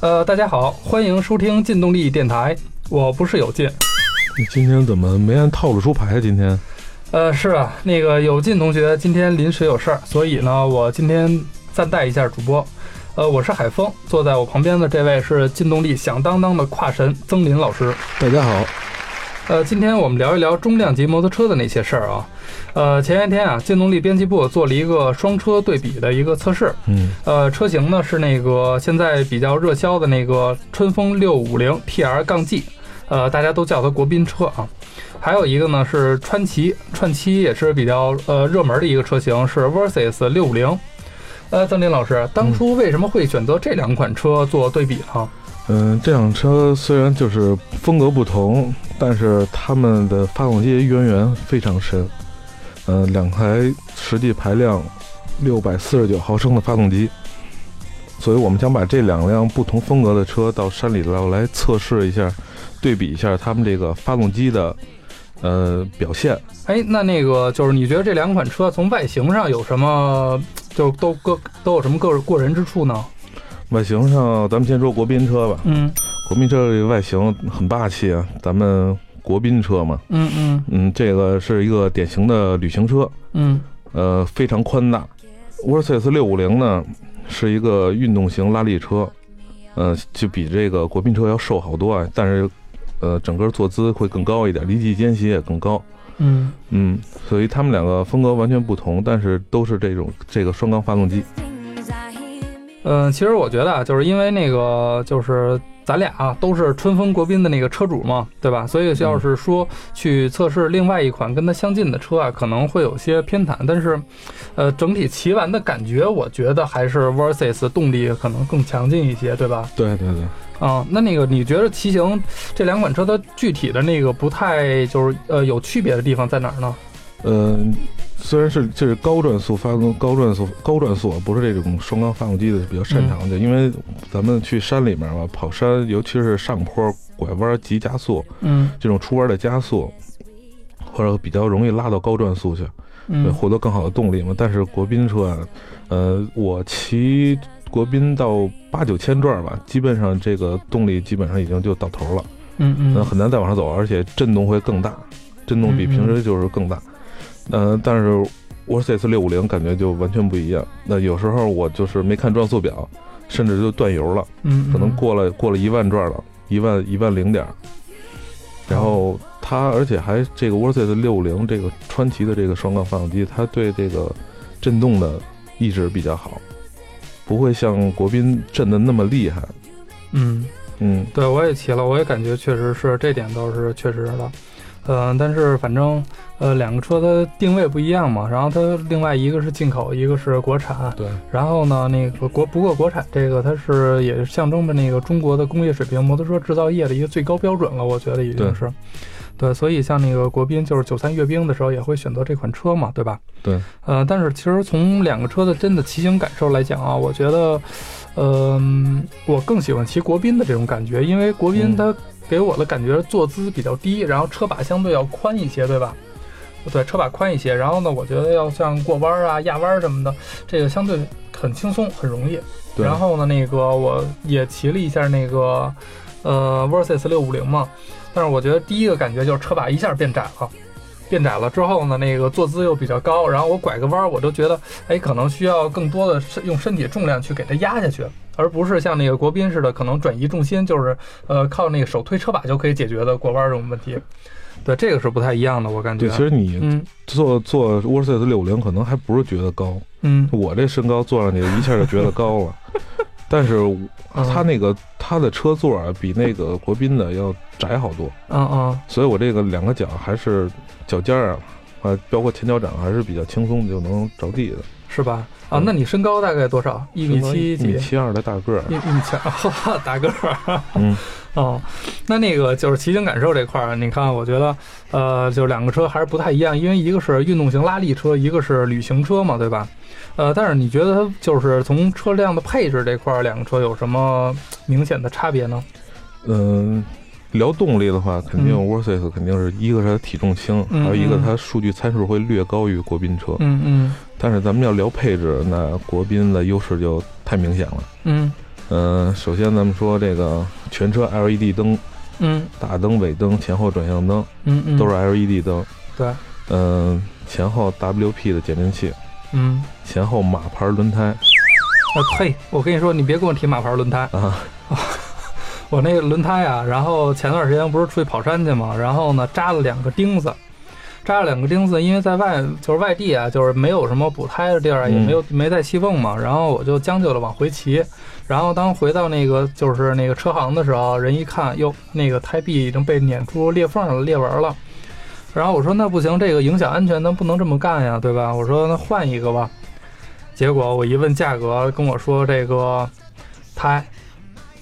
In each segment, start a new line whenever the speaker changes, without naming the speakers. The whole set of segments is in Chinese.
呃，大家好，欢迎收听劲动力电台，我不是有劲。
你今天怎么没按套路出牌？啊今天
呃，是啊，那个有劲同学今天临时有事儿，所以呢，我今天暂代一下主播。呃，我是海峰，坐在我旁边的这位是劲动力响当当的跨神曾林老师。
大家好，
呃，今天我们聊一聊中量级摩托车的那些事儿啊。呃，前些天啊，劲动力编辑部做了一个双车对比的一个测试，
嗯，
呃，车型呢是那个现在比较热销的那个春风六五零 TR 杠 G，呃，大家都叫它国宾车啊。还有一个呢是川崎，川崎也是比较呃热门的一个车型，是 Versus 六五零。呃，曾林老师，当初为什么会选择这两款车做对比啊呢？
嗯，这辆车虽然就是风格不同，但是它们的发动机渊源非常深。嗯，两台实际排量六百四十九毫升的发动机，所以我们想把这两辆不同风格的车到山里头来测试一下，对比一下它们这个发动机的呃表现。
哎，那那个就是你觉得这两款车从外形上有什么，就是都各都有什么各过人之处呢？
外形上，咱们先说国宾车吧。
嗯
国宾车这个外形很霸气啊，咱们国宾车嘛，
嗯嗯
嗯，这个是一个典型的旅行车，
嗯
呃，非常宽大。Versys 六五零呢，是一个运动型拉力车，呃，就比这个国宾车要瘦好多啊，但是，呃，整个坐姿会更高一点，离地间隙也更高。
嗯，
嗯，所以他们两个风格完全不同，但是都是这种这个双缸发动机。
嗯，其实我觉得啊，就是因为那个就是咱俩、啊、都是春风国宾的那个车主嘛，对吧？所以要是说去测试另外一款跟它相近的车啊，可能会有些偏袒，但是，呃，整体骑完的感觉，我觉得还是 Versus 动力可能更强劲一些，对吧？
对对对，
啊、那那个你觉得骑行这两款车它具体的那个不太就是呃有区别的地方在哪儿呢？
呃，虽然是这是高转速发动、高转速、高转速，啊不是这种双缸发动机的比较擅长的，因为咱们去山里面吧，跑山，尤其是上坡、拐弯、急加速
嗯
这种出弯的加速，或者比较容易拉到高转速去，对，
嗯
获得更好的动力嘛。但是国宾车啊，呃，我骑国宾到八九千转吧，基本上这个动力基本上已经就到头了。
嗯
那
嗯
呃很难再往上走，而且震动会更大，震动比平
嗯
时就是更大。呃，但是 Versys 六五零感觉就完全不一样。那有时候我就是没看转速表，甚至就断油了，
嗯，
可能过了过了一万转了，一万一万零点儿。然后它，而且还这个 Versys 六五零这个川崎的这个双缸发动机，它对这个震动的抑制比较好，不会像国宾震的那么厉害。
嗯。
嗯，
对，我也骑了，我也感觉确实是这点倒是确实的，呃，但是反正呃两个车它定位不一样嘛，然后它另外一个是进口，一个是国产，
对，
然后呢那个国不过国产这个它是也象征着那个中国的工业水平、摩托车制造业的一个最高标准了，我觉得已经
对
是。对，所以像那个国宾，就是九三阅兵的时候也会选择这款车嘛，对吧？
对。
呃，但是其实从两个车的真的骑行感受来讲啊，我觉得，嗯、我更喜欢骑国宾的这种感觉，因为国宾
嗯
它给我的感觉坐姿比较低，然后车把相对要宽一些，对吧？对，车把宽一些，然后呢，我觉得要像过弯儿啊、压弯儿什么的，这个相对很轻松，很容易。
对
然后呢，那个我也骑了一下那个呃 Versys 六五零嘛，但是我觉得第一个感觉就是车把一下变窄了。变窄了之后呢，那个坐姿又比较高，然后我拐个弯儿，我就觉得，哎，可能需要更多的身用身体重量去给它压下去，而不是像那个国宾似的，可能转移重心就是，呃，靠那个手推车把就可以解决的过弯儿这种问题。对，这个是不太一样的，我感觉。
对，其实你
嗯
坐坐 Versys 六五零可能还不是觉得高，
嗯，
我这身高坐上去一下就觉得高了。但是它
嗯
那个它的车座啊，比那个国宾的要窄好多，
嗯嗯
所以我这个两个脚还是脚尖儿啊，啊，包括前脚掌还是比较轻松就能着地的。
是吧？啊，
嗯
那你身高大概多少？一米七
一米
几？
七二的大个儿啊
一，一米七，哈，大个儿。
嗯，
哦，那那个就是骑行感受这块儿，你看，我觉得，呃，就是两个车还是不太一样，因为一个是运动型拉力车，一个是旅行车嘛，对吧？呃，但是你觉得它就是从车辆的配置这块儿，两个车有什么明显的差别呢？
嗯。聊动力的话，肯定
嗯
Versys 肯定是一个是它体重轻，
嗯
还有一个
嗯
它数据参数会略高于国宾车。
嗯嗯
但是咱们要聊配置，那国宾的优势就太明显了。
嗯
呃，首先咱们说这个全车 LED 灯，
嗯
大灯、尾灯、前后转向灯
嗯嗯，
都是 LED 灯。
对，
嗯、前后 WP 的减震器，
嗯。
前后马牌轮胎
啊呸！我跟你说，你别跟我提马牌轮胎，
啊，
我那个轮胎啊，然后前段时间不是出去跑山去嘛，然后呢扎了两个钉子，扎了两个钉子，因为在外就是外地啊，就是没有什么补胎的地儿啊，
嗯
也没有没带气泵嘛，然后我就将就了往回骑，然后当回到那个就是那个车行的时候，人一看，哟，那个胎壁已经被碾出裂缝了、裂纹了。然后我说那不行，这个影响安全，咱不能这么干呀，对吧？我说那换一个吧。结果我一问价格，跟我说这个胎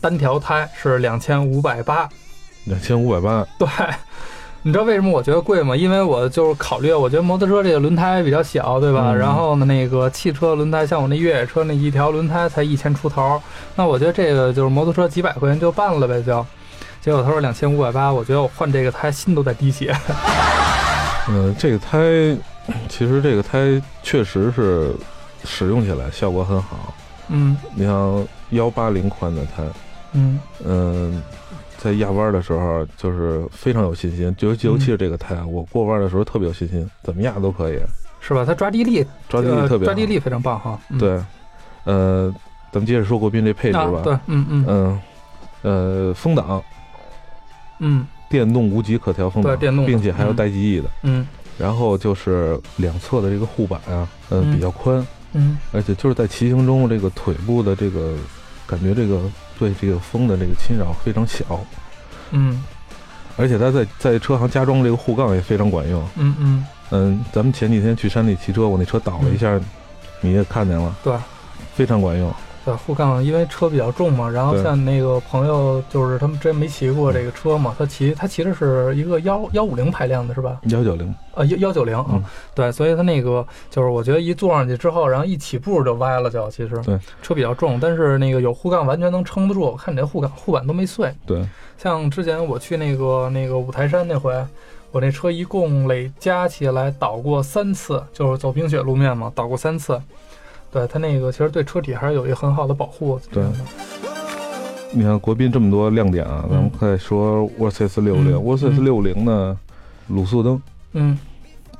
单条胎是两千五百八。
两千五百八，
对，你知道为什么我觉得贵吗？因为我就是考虑，我觉得摩托车这个轮胎比较小，对吧？
嗯
然后呢，那个汽车轮胎，像我那越野车那一条轮胎才一千出头，那我觉得这个就是摩托车几百块钱就办了呗，就。结果他说两千五百八，我觉得我换这个胎心都在滴 血。
嗯、这个胎其实这个胎确实是使用起来效果很好。
嗯
你像幺八零宽的胎，
嗯
嗯、在压弯的时候就是非常有信心，尤尤其是这个胎，啊，我过弯的时候特别有信心，怎么压都可以，
是吧？它抓地力，
抓地力
呃
特别
抓
好。
地力非常棒哈。嗯、
对，呃，咱们接着说国宾这配置
啊
吧。
对，嗯嗯
嗯，呃，风挡，
嗯
电动无极可调风
对
挡，
电动的
并且还有
嗯
带记忆的。
嗯
然后就是两侧的这个护板啊，呃，
嗯
比较宽，
嗯
而且就是在骑行中这个腿部的这个感觉，这个对这个风的这个侵扰非常小。
嗯
而且它在在车行加装这个护杠也非常管用。
嗯嗯，
嗯，咱们前几天去山里骑车，我那车倒了一下，你也看见了，
对。
非常管用。
对，护杠因为车比较重嘛，然后
对嗯
像那个朋友就是他们之前没骑过这个车嘛，他骑他骑的是一个幺幺五零排量的是吧？
幺九零，
啊幺幺九零啊
嗯，
对，所以他那个就是我觉得一坐上去之后，然后一起步就歪了就，其实
对
车比较重，但是那个有护杠完全能撑得住，我看你这护杠护板都没碎。
对，
像之前我去那个那个五台山那回，我那车一共累加起来倒过三次，就是走冰雪路面嘛，倒过三次。对它那个其实对车体还是有一个很好的保护。
对你看国宾这么多亮点啊，咱们快说沃斯 S 六
嗯
零，沃斯 S
嗯
六零呢，卤素灯
嗯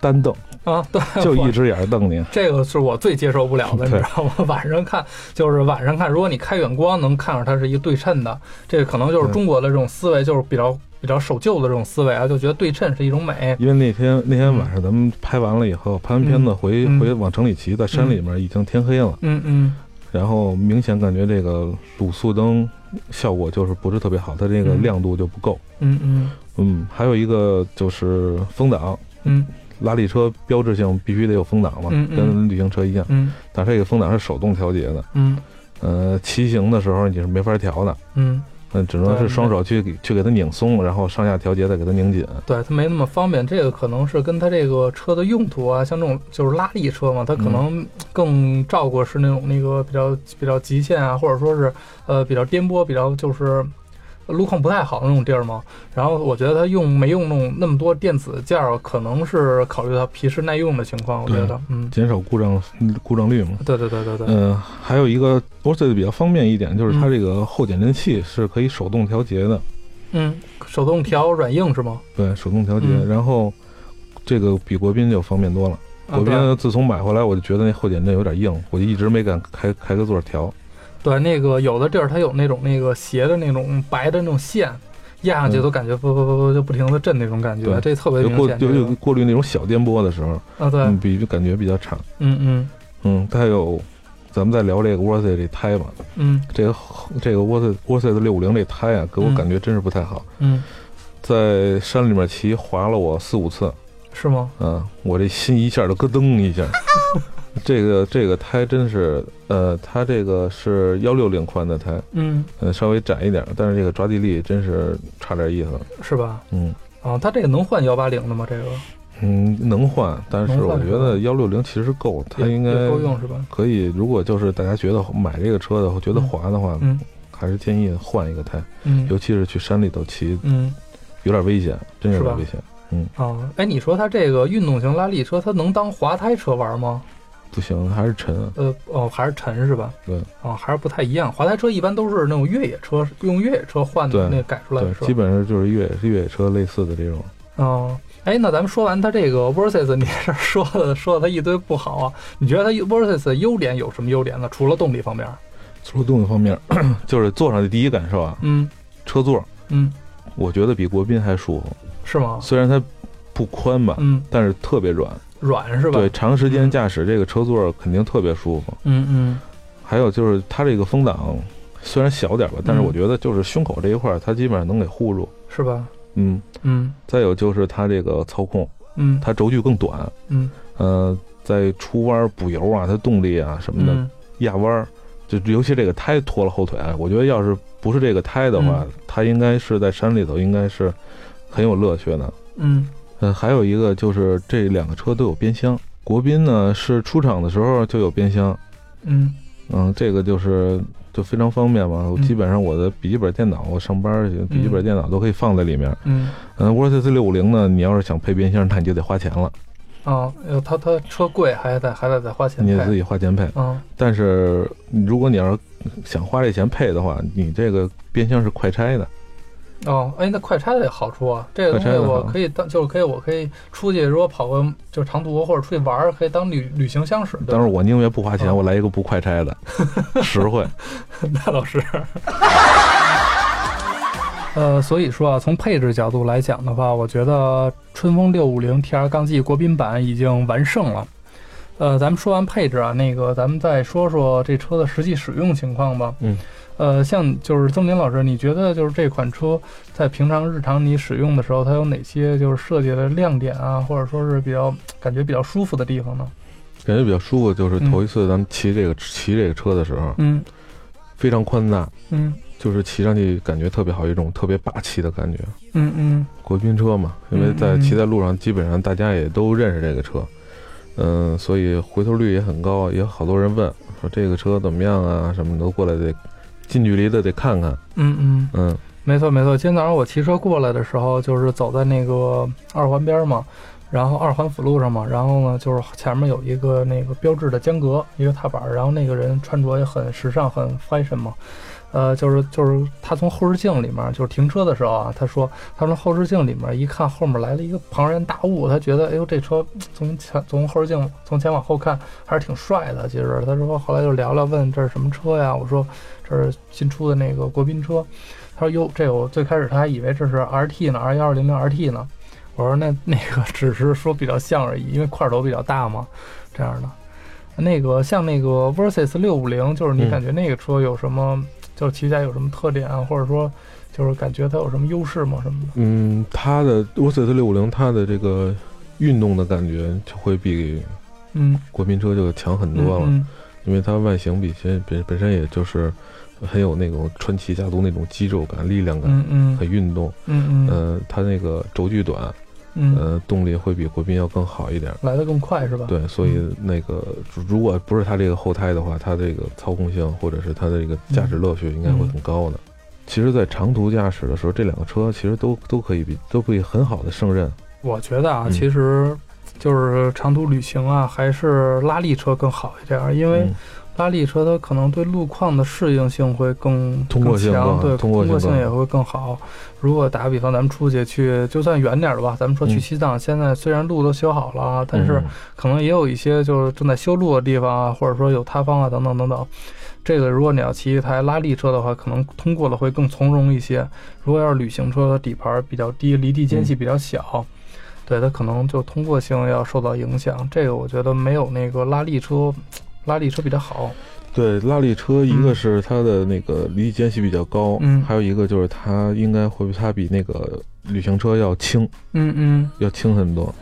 单 瞪，
啊，对，
就
我
一只眼儿瞪你。
这个是我最接受不了的，你知
对
道吗？晚上看就是晚上看，如果你开远光能看着它是一个对称的，这个可能就是
嗯
中国的这种思维，就是比较比较守旧的这种思维啊，就觉得对称是一种美。
因为那天那天晚上咱们拍完了以后，拍完片子回、
嗯
回往城里骑，在山里面已经天黑了，
嗯嗯
然后明显感觉这个卤素灯效果就是不是特别好，它这个
嗯
亮度就不够。
嗯嗯
嗯，还有一个就是风挡，
嗯
拉力车标志性必须得有风挡嘛，
嗯嗯
跟旅行车一样，
嗯
但是这个风挡是手动调节的，
嗯
呃，骑行的时候你是没法调的。
嗯，
嗯，只能
对
是双手去给去给它拧松，然后上下调节，再给它拧紧。
对，它没那么方便，这个可能是跟它这个车的用途啊，像这种就是拉力车嘛，它可能更照顾是那种那个比较比较极限啊，或者说是呃比较颠簸、比较就是路况不太好的那种地儿嘛。然后我觉得它用没用那种那么多电子件儿，可能是考虑到皮实耐用的情况，我觉得，嗯，
减少故障故障率嘛。
对对对对对，
嗯，还有一个 b o s e 比较方便一点，就是它这个后减震器是可以手动调节的，
嗯，手动调软硬是吗？
对，手动调节。
嗯
然后这个比国宾就方便多了。
啊
国
对
宾自从买回来，我就觉得那后减震有点硬，我就一直没敢开开个座儿调。
对，那个有的地儿它有那种那个斜的那种白的那种线，压上去
嗯
都感觉不不不不就不停的震那种感觉，
对
这特别
就
明
过
显。
就
这
就
个
过滤那种小颠簸的时候，
啊，对，
嗯，比就感觉比较差。
嗯嗯
嗯，它有，咱们再聊这个 w o r s e 这胎吧，
嗯
这个这个 w o r s e w o r s e 的六五零这胎啊，给我
嗯
感觉真是不太好，
嗯，
在山里面骑划了我四五次。
是吗？
嗯，我这心一下就咯噔 一下。这个这个胎真是，呃，它这个是幺六零宽的胎，
嗯，
呃，稍微窄一点，但是这个抓地力真是差点意思。
是吧？
嗯
啊，它这个能换幺八零的吗？这个
嗯，能换，但是
能
我
换
觉得幺六零其实够，它
也
应该
也够用是吧？
可以。如果就是大家觉得买这个车的觉得划的话，
嗯
还是建议换一个胎，
嗯
尤其是去山里头骑，
嗯
有点危险，真有
是吧
点危险。
啊，哎，你说它这个运动型拉力车，它能当滑胎车玩吗？
不行，还是沉。啊
呃，哦，还是沉是吧？
对，
哦，还是不太一样。滑胎车一般都是那种越野车，用越野车换的
对
那改出来
对
的，车
基。本上就是越野越野车类似的这种。
哦，哎，那咱们说完它这个 Versus，你这说的说了它一堆不好啊，你觉得它 Versus 的优点有什么优点呢？除了动力方面，
除了动力方面， 就是坐上的第一感受啊，
嗯
车座
嗯，
我觉得比国宾还舒服，
是吗？
虽然它不宽吧，
哦嗯，
但是特别软。
软是吧？
对，长
嗯
时间驾驶这个车座肯定特别舒服。
嗯嗯
还有就是它这个风挡虽然小点吧，
嗯
但是我觉得就是胸口这一块儿它基本上能给护住。
是吧？
嗯，
嗯
再有就是它这个操控，
嗯
它轴距更短，
嗯
呃，在出弯儿补油啊、它动力啊什么的，
嗯
压弯儿，就尤其这个胎拖了后腿，啊我觉得要是不是这个胎的话，
嗯
它应该是在山里头应该是很有乐趣的。
嗯
嗯，还有一个就是这两个车都有变箱，国宾呢是出厂的时候就有变箱，
嗯
嗯，这个就是就非常方便嘛。我
嗯
基本上我的笔记本电脑，我上班儿去，笔记本电脑都可以放在里面。
嗯，
嗯，Worth 四六五零呢，你要是想配变箱，那你就得花钱了，
啊，呃它它车贵，还得还得再花钱
你得
配
自。己花钱配。
嗯
但是如果你要是想花这钱配的话，你这个变箱是快拆的。
哦，哎，那快拆的有好处啊，这个东
快
西
拆的
我
好
可以当，就是可以，我可以出去，如果跑个就是长途或者出去玩儿，可以当旅旅行箱使。对吧
但是我宁愿不花
嗯
钱，我来一个不快拆的，实 惠。
那倒是。呃，所以说啊，从配置角度来讲的话，我觉得春风六五零 TR 杠 G 国宾版已经完胜了。呃，咱们说完配置啊，那个咱们再说说这车的实际使用情况吧。
嗯。
呃，像就是曾林老师，你觉得就是这款车在平常日常你使用的时候，它有哪些就是设计的亮点啊，或者说是比较感觉比较舒服的地方呢？
感觉比较舒服，就是
嗯
头一次咱们骑这个骑这个车的时候，
嗯
非常宽大，
嗯
就是骑上去感觉特别好，一种特别霸气的感觉。
嗯嗯
国宾车嘛，因为
嗯
在
嗯嗯
骑在路上，基本上大家也都认识这个车，嗯，所以回头率也很高，也有好多人问说这个车怎么样啊，什么都过来得近距离的得看看，
嗯嗯。
嗯
没错没错，今天早上我骑车过来的时候，就是走在那个二环边儿嘛，然后二环辅路上嘛，然后呢就是前面有一个那个标志的间隔，一个踏板儿，然后那个人穿着也很时尚，很 fashion 嘛。呃，就是就是他从后视镜里面，就是停车的时候啊，他说他从后视镜里面一看，后面来了一个庞然大物，他觉得哎呦这车嗯从前从后视镜从前往后看还是挺帅的。其实他说后来就聊聊问这是什么车呀？我说这是新出的那个国宾车。他说：“哟，这我最开始他还以为这是 RT 呢，R 幺二零零 RT 呢。”我说那：“那个只是说比较像而已，因为块头比较大嘛，这样的。那个像那个 Versus 六五零，就是你
嗯
感觉那个车有什么，就是骑起来有什么特点啊，或者说就是感觉它有什么优势吗？什么的？
嗯，它的沃斯特六五零，它的这个运动的感觉就会比
嗯，
国宾车就强很
嗯
多了，
嗯
因为它外形比身本本身也就是很有那种川崎家族那种肌肉感、力量感，
嗯嗯
很运动。
嗯嗯
呃，它那个轴距短，
嗯，
呃，动力会比国宾要更好一点。
来的更快是吧？
对，所以那个如如果不是它这个后胎的话，它这个操控性或者是它的这个驾驶乐趣应该会很高的。
嗯
其实，在长途驾驶的时候，这两个车其实都都可以比都可以很好的胜任。
我觉得啊，
嗯
其实就是长途旅行啊，还是拉力车更好一点儿，因为、
嗯
拉力车它可能对路况的适应性会更
通过性
更强，
更
对
通过性
性
更
也会更好。如果打个比方，咱们出去去，就算远点儿的吧，咱们说去
嗯
西藏，现在虽然路都修好了啊，但是
嗯
可能也有一些就是正在修路的地方啊，或者说有塌方啊等等等等。这个如果你要骑一台拉力车的话，可能通过了会更从容一些。如果要是旅行车，的底盘比较低，离地间隙比较小，对它可能就通过性要受到影响。这个我觉得没有那个拉力车，拉力车比较好。
对，拉力车一
嗯
个是它的那个离地间隙比较高，
嗯
还有一个就是它应该会它比那个旅行车要轻，
嗯嗯
要轻很多。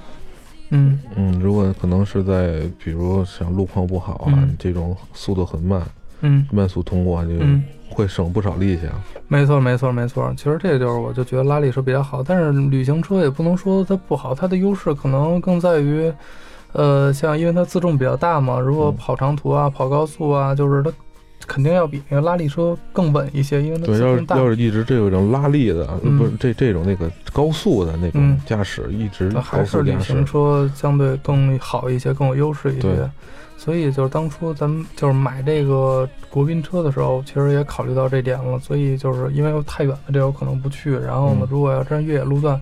嗯
嗯，如果可能是在比如像路况不好啊，
嗯
这种速度很慢，
嗯
慢速通过就
嗯，
会省不少力气啊。
没错没错没错。其实这就是我就觉得拉力车比较好，但是旅行车也不能说它不好，它的优势可能更在于，呃，像因为它自重比较大嘛，如果
嗯
跑长途啊、跑高速啊，就是它肯定要比那个拉力车更稳一些，因为它
对，
自
要是
重大。
要是一直这种拉力的，
嗯
不是这这种那个高速的那种
嗯
驾驶，一直
那还
高
是
速
旅
驾驶
行，车相对更好一些，更有优势一
对
些。所以就是当初咱们就是买这个国宾车的时候，其实也考虑到这点了。所以就是因为太远了，这有可能不去。然后呢
嗯，
如果要真越野路段，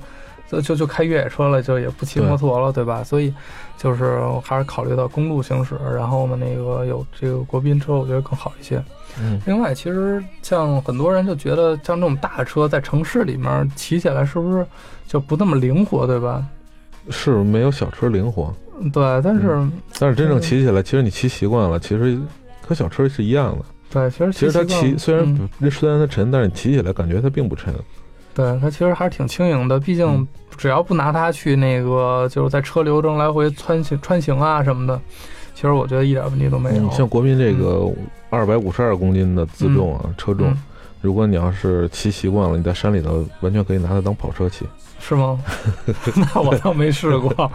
就就就开越野车了，就也不骑
对
摩托了，对吧？所以就是还是考虑到公路行驶，然后呢，那个有这个国宾车，我觉得更好一些。
嗯，
另外，其实像很多人就觉得，像这种大车在城市里面骑起来是不是就不那么灵活，对吧？
是没有小车灵活，
对，但是、
但是真
对
正骑起来，其实你骑习惯了，其实和小车是一样的。
对，其实
其实它
习惯
骑
了
虽然
嗯、
不虽然它沉，但是你骑起来感觉它并不沉。
对它其实还是挺轻盈的，毕竟
嗯
只要不拿它去那个就是在车流中来回穿行穿行啊什么的，其实我觉得一点问题都没有。
你嗯像国民这个二百五十二公斤的自重啊，车重，
嗯
如果你要是骑习惯了，你在山里头完全可以拿它当跑车骑。
是 吗？ 那我倒没试过。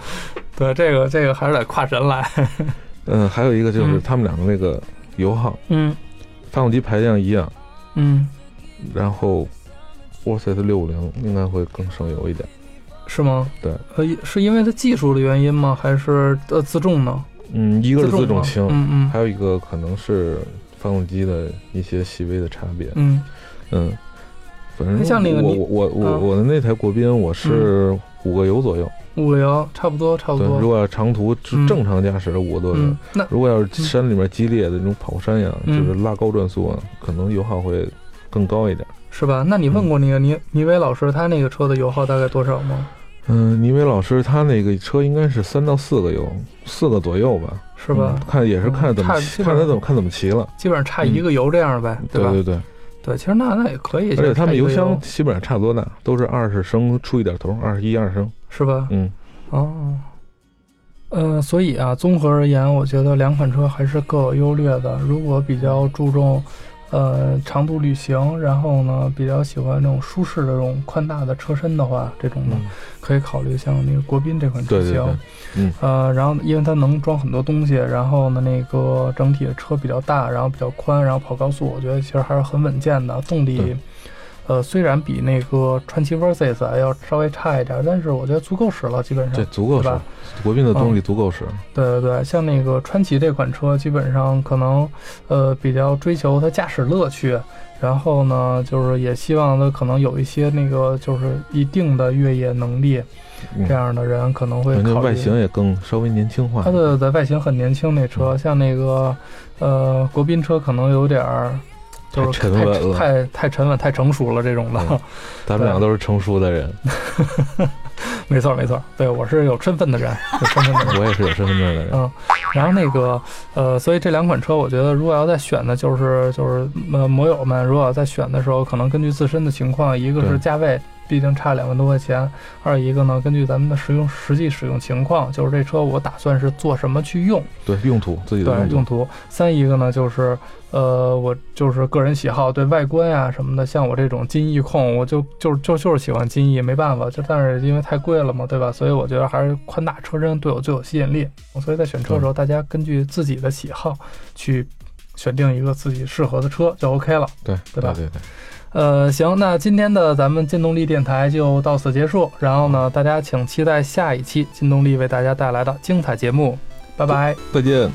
对，这个这个还是得跨神来。
嗯，还有一个就是
嗯
他们两个那个油耗，
嗯
发动机排量一样，
嗯，
然后沃塞斯六五零应该会更省油一点。
是吗？
对，
呃，是因为它技术的原因吗？还是呃自重呢？
嗯，一个是自重
吗
轻，
嗯嗯
还有一个可能是发动机的一些细微的差别。
嗯
嗯，反正
像那个
我
你
我我我
嗯
我的那台国宾我是五个油左右，，
五零差不多差不
对，如
多。
果要长途
嗯
正正常驾驶五个多
嗯
人，，
那
如果要是山里面激烈的那种跑山呀，
嗯
就是拉高转速啊，可能油耗会更高一点。
是吧？那你
嗯
问过那个倪倪伟老师，他那个车的油耗大概多少吗？
嗯，倪伟老师他那个车应该是三到四个油，四个左右吧，
是吧？
嗯看也是看怎么
嗯
骑
差
看他怎么看怎么骑了，
基本上差一个油这样呗，
对
吧？
对对，
对其实那那也可以，
而且他们
油
油箱基本上差不多大，都是二十升出一点头，二十一二升，
是吧？
嗯。
哦，呃，所以啊，综合而言，我觉得两款车还是各有优劣的。如果比较注重呃长途旅行，然后呢比较喜欢那种舒适的这种宽大的车身的话，这种呢、
嗯
可以考虑像那个国宾这款车
对
型。
对对，嗯
呃，然后因为它能装很多东西，然后呢，那个整体的车比较大，然后比较宽，然后跑高速，我觉得其实还是很稳健的。动力
对，
呃，虽然比那个传祺 Versys 啊要稍微差一点，但是我觉得足够使了，基本
这
上。
足够
对
使
吧，
国宾的动力足够使。
对对对，像那个川崎这款车，基本上可能，呃，比较追求它驾驶乐趣，然后呢，就是也希望它可能有一些那个就是一定的越野能力，
嗯
这样的人可能会
人家
考虑。
外形也更稍微年轻化。
它的的外形很年轻，那
嗯
车像那个呃国宾车可能有点儿，就是
太沉稳了
太太沉稳、太成熟了这种的。
嗯咱们俩都是成熟的人，
没错没错，对我是有身份的 人，有身份的人。
我也是有身份证的人。
嗯，然后那个呃，所以这两款车，我觉得如果要再选的，就是就是呃，摩友们如果要再选的时候，可能根据自身的情况，一个是
对
价位。毕竟差两万多块钱，二一个呢，根据咱们的使用实际使用情况，就是这车我打算是做什么去用，
对，用途自己的
对用
用途。
途。三一个呢，就是呃，我就是个人喜好，对外观呀、什么的，像我这种金翼控，我就就就就是喜欢金翼，没办法，就但是因为太贵了嘛，对吧？所以我觉得还是宽大车身对我最有吸引力。所以在选车的时候，大家根据自己的喜好去选定一个自己适合的车就 OK 了。
对
对
对
吧
对对，
呃，行，那今天的咱们劲动力电台就到此结束。然后呢，大家请期待下一期劲动力为大家带来的精彩节目。拜拜。
再见。